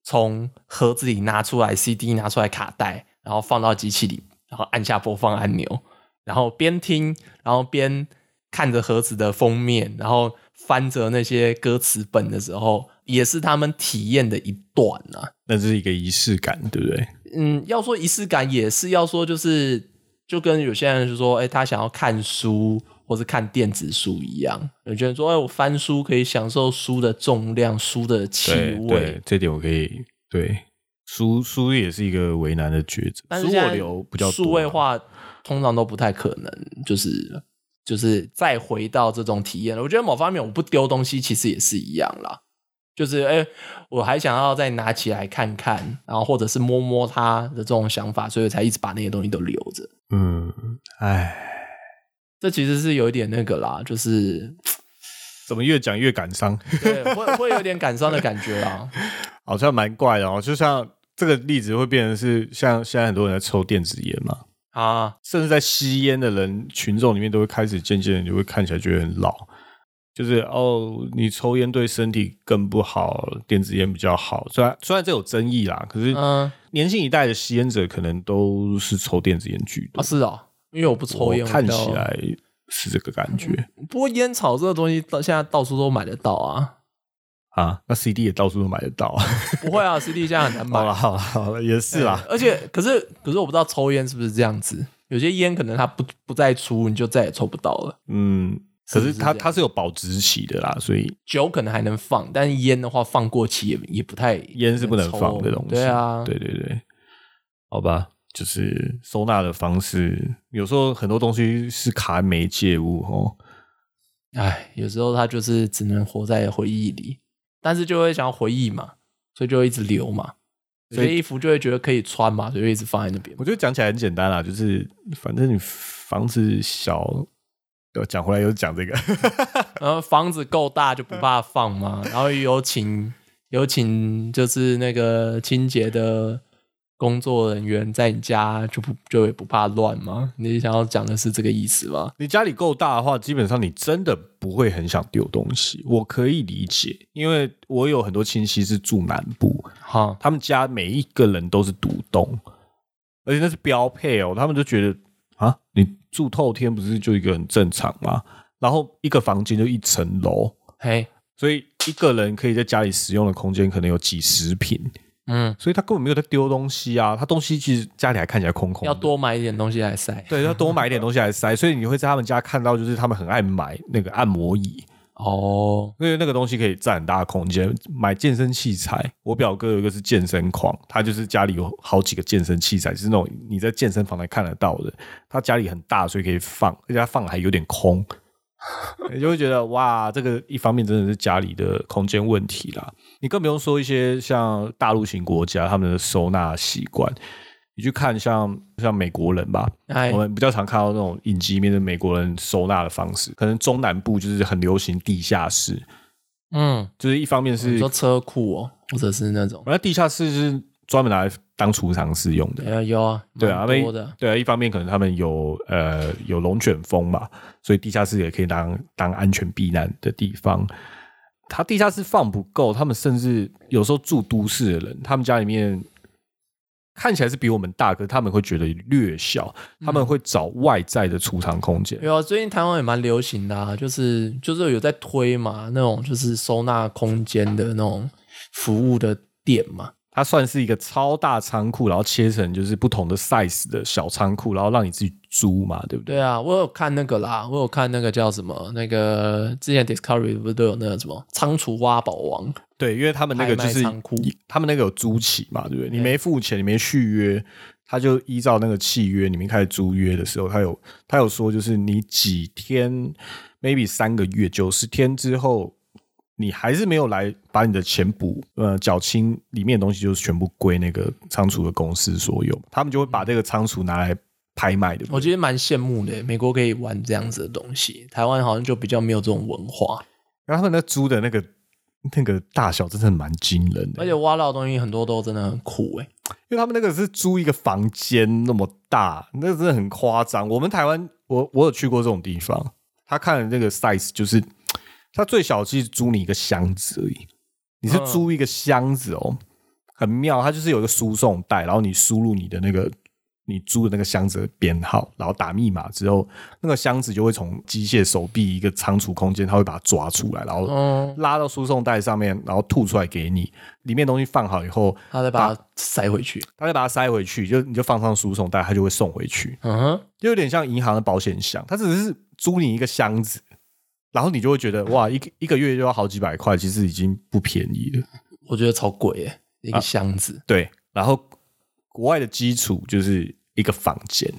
[SPEAKER 2] 从盒子里拿出来 CD，拿出来卡带，然后放到机器里，然后按下播放按钮，然后边听，然后边看着盒子的封面，然后翻着那些歌词本的时候，也是他们体验的一段啊。
[SPEAKER 1] 那这是一个仪式感，对不对？
[SPEAKER 2] 嗯，要说仪式感也是要说，就是就跟有些人就说，哎、他想要看书或是看电子书一样。有些人说，哎、我翻书可以享受书的重量、书的气
[SPEAKER 1] 对
[SPEAKER 2] 味
[SPEAKER 1] 对，。这点我可以对。书书也是一个为难的抉择，
[SPEAKER 2] 但
[SPEAKER 1] 书
[SPEAKER 2] 是现
[SPEAKER 1] 我
[SPEAKER 2] 在
[SPEAKER 1] 留比较多啊
[SPEAKER 2] 数位化，通常都不太可能，就是就是再回到这种体验了。我觉得某方面我不丢东西，其实也是一样啦。就是哎、我还想要再拿起来看看，然后或者是摸摸它的这种想法，所以我才一直把那些东西都留着。
[SPEAKER 1] 嗯，哎，
[SPEAKER 2] 这其实是有一点那个 啦，就是
[SPEAKER 1] 怎么越讲越感伤？
[SPEAKER 2] 对，会会有点感伤的感觉啊 啦。
[SPEAKER 1] 好像蛮怪的哦。就像这个例子会变成是，像现在很多人在抽电子烟嘛，
[SPEAKER 2] 啊，
[SPEAKER 1] 甚至在吸烟的人群众里面，都会开始渐渐地就会看起来觉得很老。就是哦，你抽烟对身体更不好，电子烟比较好。虽然虽然这有争议啦，可是
[SPEAKER 2] 嗯，
[SPEAKER 1] 年轻一代的吸烟者可能都是抽电子烟居
[SPEAKER 2] 啊
[SPEAKER 1] 多。
[SPEAKER 2] 是哦，因为我不抽烟，
[SPEAKER 1] 我
[SPEAKER 2] 我
[SPEAKER 1] 看
[SPEAKER 2] 比较嗯
[SPEAKER 1] 起。来是这个感觉
[SPEAKER 2] 不过烟草这个东西到现在到处都买得到啊，
[SPEAKER 1] 啊。那 CD 也到处都买得到啊。
[SPEAKER 2] 不会啊，CD 现在很难买
[SPEAKER 1] 好了。好了好了，也是啦
[SPEAKER 2] 对。而且可是可是我不知道抽烟是不是这样子，有些烟可能它不不再出，你就再也抽不到了。
[SPEAKER 1] 嗯，可
[SPEAKER 2] 是
[SPEAKER 1] 是
[SPEAKER 2] 不是
[SPEAKER 1] 它
[SPEAKER 2] 这样
[SPEAKER 1] 它是有保质期的啦，所以
[SPEAKER 2] 酒可能还能放，但是烟的话放过期也也不太
[SPEAKER 1] 烟是不能
[SPEAKER 2] 抽
[SPEAKER 1] 放的东西。
[SPEAKER 2] 对啊，
[SPEAKER 1] 对对对，好吧，就是收纳的方式，有时候很多东西是卡在媒介物哦。
[SPEAKER 2] 唉，有时候他就是只能活在回忆里，但是就会想要回忆嘛，所以就会一直留嘛。有
[SPEAKER 1] 所以
[SPEAKER 2] 些衣服就会觉得可以穿嘛，所以就一直放在那边
[SPEAKER 1] 我。觉得讲起来很简单啦，就是反正你房子小，对讲回来又是讲这个，
[SPEAKER 2] 然后房子够大就不怕放嘛，然后有请有请就是那个清洁的工作人员在你家就不就也不怕乱嘛。你想要讲的是这个意思吗？
[SPEAKER 1] 你家里够大的话，基本上你真的不会很想丢东西，我可以理解，因为我有很多亲戚是住南部，
[SPEAKER 2] 哈，
[SPEAKER 1] 他们家每一个人都是独栋，而且那是标配哦。他们就觉得啊，你住透天不是就一个很正常吗？然后一个房间就一层楼，
[SPEAKER 2] 嘿，
[SPEAKER 1] 所以一个人可以在家里使用的空间可能有几十平，
[SPEAKER 2] 嗯，
[SPEAKER 1] 所以他根本没有在丢东西啊。他东西其实家里还看起来空空的，
[SPEAKER 2] 要多买一点东西来晒。
[SPEAKER 1] 对，要多买一点东西来塞。所以你会在他们家看到，就是他们很爱买那个按摩椅，
[SPEAKER 2] 哦，
[SPEAKER 1] 因为那个东西可以占很大的空间。买健身器材，我表哥有一个是健身狂，他就是家里有好几个健身器材，是那种你在健身房才看得到的。他家里很大，所以可以放，而且他放的还有点空，你就会觉得哇，这个一方面真的是家里的空间问题啦。你更不用说一些像大陆型国家他们的收纳习惯，你去看像像美国人吧，
[SPEAKER 2] 哎
[SPEAKER 1] 我，们比较常看到那种影集里面的美国人收纳的方式，可能中南部就是很流行地下室，
[SPEAKER 2] 嗯，
[SPEAKER 1] 就是一方面
[SPEAKER 2] 你
[SPEAKER 1] 是，
[SPEAKER 2] 说车库哦，或者是那种。
[SPEAKER 1] 那地下室是专门拿来当储藏室用的。
[SPEAKER 2] 有有啊，
[SPEAKER 1] 对啊，
[SPEAKER 2] 蛮
[SPEAKER 1] 那一
[SPEAKER 2] 多的，
[SPEAKER 1] 对啊，一方面可能他们有呃有龙卷风嘛，所以地下室也可以当当安全避难的地方。他地下室放不够，他们甚至有时候住都市的人，他们家里面看起来是比我们大，可是他们会觉得略小，他
[SPEAKER 2] 嗯
[SPEAKER 1] 们会找外在的储藏空间。
[SPEAKER 2] 有啊，最近台湾也蛮流行的、啊，就是就是有在推嘛，那种就是收纳空间的那种服务的店嘛。
[SPEAKER 1] 它算是一个超大仓库，然后切成就是不同的 size 的小仓库，然后让你自己租嘛，对不对？
[SPEAKER 2] 对啊，我有看那个啦，我有看那个叫什么，那个之前 Discovery 不是都有那个什么仓储挖宝王？
[SPEAKER 1] 对，因为他们那个就
[SPEAKER 2] 拍卖
[SPEAKER 1] 是
[SPEAKER 2] 仓库
[SPEAKER 1] 他们那个有租期嘛，对不对？你没付钱，你没续约，他就依照那个契约里面开始租约的时候，他有他有说就是你几天，maybe 三个月、九十天之后，你还是没有来把你的钱补，呃，缴清里面的东西就是全部归那个仓储的公司所有，他们就会
[SPEAKER 2] 嗯
[SPEAKER 1] 把这个仓储拿来拍卖的。
[SPEAKER 2] 我觉得蛮羡慕的，欸美国可以玩这样子的东西，台湾好像就比较没有这种文化，
[SPEAKER 1] 然后他们那租的那个那个大小真的蛮惊人的，
[SPEAKER 2] 而且挖到的东西很多都真的很酷哎。
[SPEAKER 1] 因为他们那个是租一个房间那么大，那真的很夸张。我们台湾，我我有去过这种地方，他看的那个 size 就是，他最小其实租你一个箱子而已，你是
[SPEAKER 2] 嗯
[SPEAKER 1] 租一个箱子哦，很妙。它就是有一个输送带，然后你输入你的那个你租的那个箱子的编号，然后打密码之后，那个箱子就会从机械手臂一个仓储空间，它会把它抓出来，然后
[SPEAKER 2] 嗯，
[SPEAKER 1] 拉到输送带上面，然后吐出来给你。里面东西放好以后，
[SPEAKER 2] 他再把它塞回去。
[SPEAKER 1] 他再把它塞回去，就你就放上输送带，他就会送回去，
[SPEAKER 2] 嗯哼，
[SPEAKER 1] 就有点像银行的保险箱，他只是租你一个箱子，然后你就会觉得哇，一个一个月就要好几百块，其实已经不便宜了。
[SPEAKER 2] 我觉得超贵哎，一
[SPEAKER 1] 啊
[SPEAKER 2] 个箱子。
[SPEAKER 1] 对，然后国外的基础就是一个房间，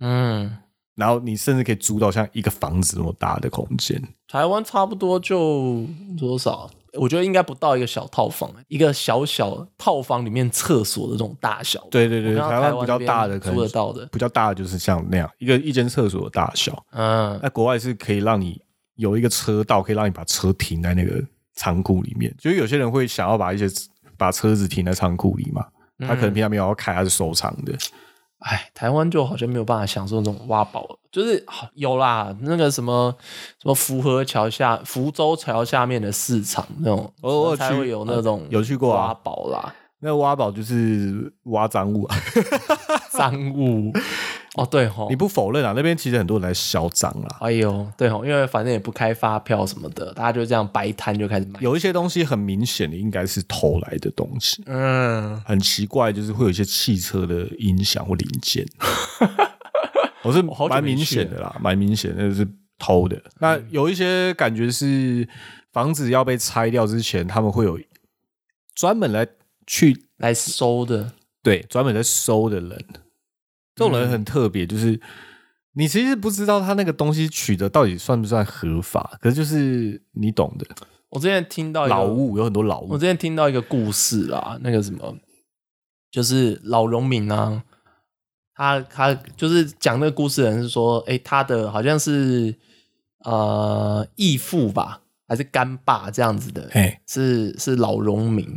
[SPEAKER 2] 嗯，
[SPEAKER 1] 然后你甚至可以租到像一个房子那么大的空间。
[SPEAKER 2] 台湾差不多就多少？我觉得应该不到一个小套房，一个小小套房里面厕所的这种大小。
[SPEAKER 1] 对对对，
[SPEAKER 2] 我看到
[SPEAKER 1] 台
[SPEAKER 2] 台
[SPEAKER 1] 湾比较大的
[SPEAKER 2] 那
[SPEAKER 1] 可能
[SPEAKER 2] 边租得到的。
[SPEAKER 1] 比较大的就是像那样一个一间厕所的大小，
[SPEAKER 2] 嗯，
[SPEAKER 1] 那国外是可以让你有一个车道，可以让你把车停在那个仓库里面。就是有些人会想要把一些把车子停在仓库里嘛，他可能平常没有要开，他是收藏的。
[SPEAKER 2] 哎，台湾就好像没有办法享受那种挖宝，就是好有啦，那个什么什么福和桥下、福州桥下面的市场那种，
[SPEAKER 1] 偶尔
[SPEAKER 2] 才
[SPEAKER 1] 去
[SPEAKER 2] 会有那种
[SPEAKER 1] 有去过啊
[SPEAKER 2] 挖宝啦、
[SPEAKER 1] 那挖宝就是挖赃物啊，
[SPEAKER 2] 赃物。哦，对吼
[SPEAKER 1] 你，不否认啊？那边其实很多人来销赃啦，
[SPEAKER 2] 哎呦，对吼，因为反正也不开发票什么的，大家就这样白摊就开始买。
[SPEAKER 1] 有一些东西很明显的应该是偷来的东西，
[SPEAKER 2] 嗯，
[SPEAKER 1] 很奇怪，就是会有一些汽车的音响或零件，我 是
[SPEAKER 2] 好久
[SPEAKER 1] 蛮
[SPEAKER 2] 没
[SPEAKER 1] 明
[SPEAKER 2] 去嗯
[SPEAKER 1] 显的啦，蛮明显的是偷的。那有一些感觉是房子要被拆掉之前，他们会有专门来去
[SPEAKER 2] 来收的，
[SPEAKER 1] 对专门在收的人，这
[SPEAKER 2] 嗯
[SPEAKER 1] 种人很特别，就是你其实不知道他那个东西取得到底算不算合法，可是就是你懂的，
[SPEAKER 2] 我之前听到一个
[SPEAKER 1] 老，物有很多老
[SPEAKER 2] 哦我
[SPEAKER 1] 物
[SPEAKER 2] 之，前听到一个故事啦，那个什么，就是老农民啊，他他就是讲那个故事的人是说，诶，他的好像是呃义父吧，还是干爸这样子的，
[SPEAKER 1] 哎，
[SPEAKER 2] 是是老农民，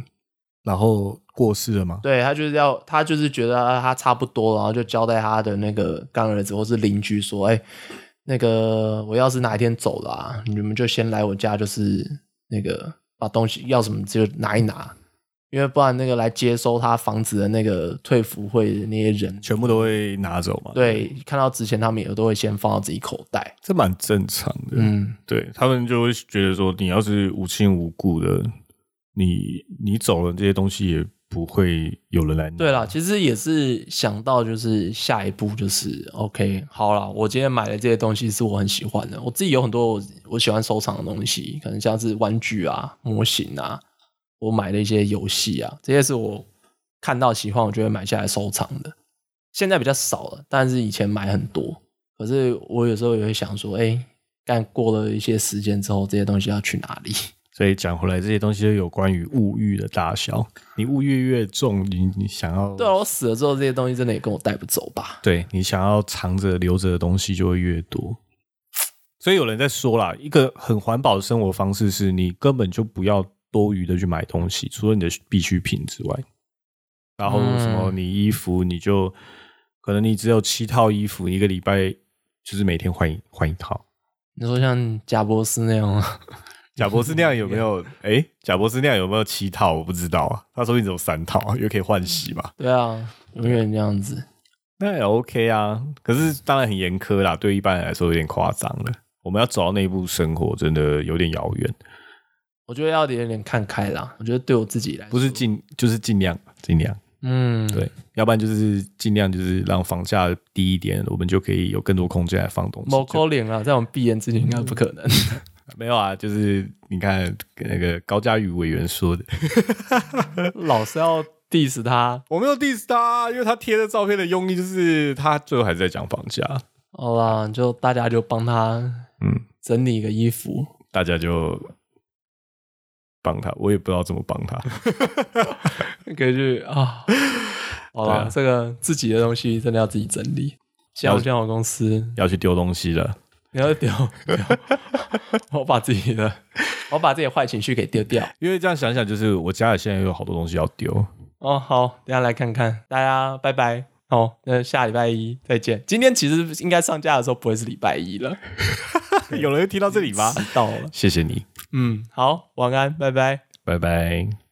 [SPEAKER 1] 然后过世了吗？
[SPEAKER 2] 对他就是要他就是觉得啊他差不多，然后就交代他的那个干儿子或是邻居说，哎、那个我要是哪一天走了、啊，你们就先来我家，就是那个把东西要什么就拿一拿，因为不然那个来接收他房子的那个退服会的那些人，
[SPEAKER 1] 全部都会拿走嘛？
[SPEAKER 2] 对，看到值钱他们也都会先放到自己口袋，
[SPEAKER 1] 这蛮正常的。
[SPEAKER 2] 嗯，
[SPEAKER 1] 对他们就会觉得说，你要是无亲无故的，你你走了，这些东西也不会有人来拿。
[SPEAKER 2] 对啦，其实也是想到，就是下一步就是 OK，好啦，我今天买的这些东西是我很喜欢的，我自己有很多我我喜欢收藏的东西，可能像是玩具啊、模型啊，我买的一些游戏啊，这些是我看到喜欢，我就会买下来收藏的。现在比较少了，但是以前买很多。可是我有时候也会想说，哎、但过了一些时间之后，这些东西要去哪里？
[SPEAKER 1] 所以讲回来，这些东西都有关于物欲的大小。你物欲越重，你你想要
[SPEAKER 2] 对啊，我死了之后，这些东西真的也跟我带不走吧？
[SPEAKER 1] 对你想要藏着留着的东西就会越多。所以有人在说啦，一个很环保的生活方式是你根本就不要多余的去买东西，除了你的必需品之外。然后什么，
[SPEAKER 2] 嗯
[SPEAKER 1] 你衣服你就可能你只有七套衣服，一个 礼拜就是每天换一换一套。
[SPEAKER 2] 你说像贾博士那样啊，
[SPEAKER 1] 贾博士那样有没 有？哎、贾博士那样有没有七套？我不知道啊，他说不定只有三套啊，因为可以换洗嘛。
[SPEAKER 2] 对啊，永远这样子。
[SPEAKER 1] 那也 OK 啊，可是当然很严苛啦，对一般人来说有点夸张了。我们要走到那一步，生活真的有点遥远，
[SPEAKER 2] 我觉得要有点看开啦。我觉得对我自己来说，
[SPEAKER 1] 不是尽就是尽量尽量
[SPEAKER 2] 嗯，
[SPEAKER 1] 对， 要不然就是尽量就是让房价低一点，我们就可以有更多空间来放东西。
[SPEAKER 2] 某扣脸啊，在我们闭眼之前应该不可能。
[SPEAKER 1] 没有啊，就是你看那个高嘉瑜委员说的，
[SPEAKER 2] 老是要 diss 他。
[SPEAKER 1] 我没有 diss 他，因为他贴的照片的用意就是他最后还是在讲房价，
[SPEAKER 2] 好啦，就大家就帮他
[SPEAKER 1] 嗯，
[SPEAKER 2] 整理个衣服，
[SPEAKER 1] 大家就帮他，我也不知道怎么帮他。
[SPEAKER 2] 可以去啊。好
[SPEAKER 1] 对
[SPEAKER 2] 啦，
[SPEAKER 1] 啊
[SPEAKER 2] 这个自己的东西真的要自己整理。像我
[SPEAKER 1] 了
[SPEAKER 2] 像我公司，
[SPEAKER 1] 要去丢东西了，
[SPEAKER 2] 你要 丢，丢我把自己的，我把自己的坏情绪给丢掉。
[SPEAKER 1] 因为这样想想，就是我家里现在有好多东西要丢。
[SPEAKER 2] 哦，好，等一下来看看，大家拜拜。好，那下礼拜一再见。今天其实应该上架的时候不会是礼拜一了，
[SPEAKER 1] 有人听到这里吗？
[SPEAKER 2] 迟到了。
[SPEAKER 1] 谢谢你，
[SPEAKER 2] 嗯，好，晚安，拜拜。
[SPEAKER 1] 拜拜。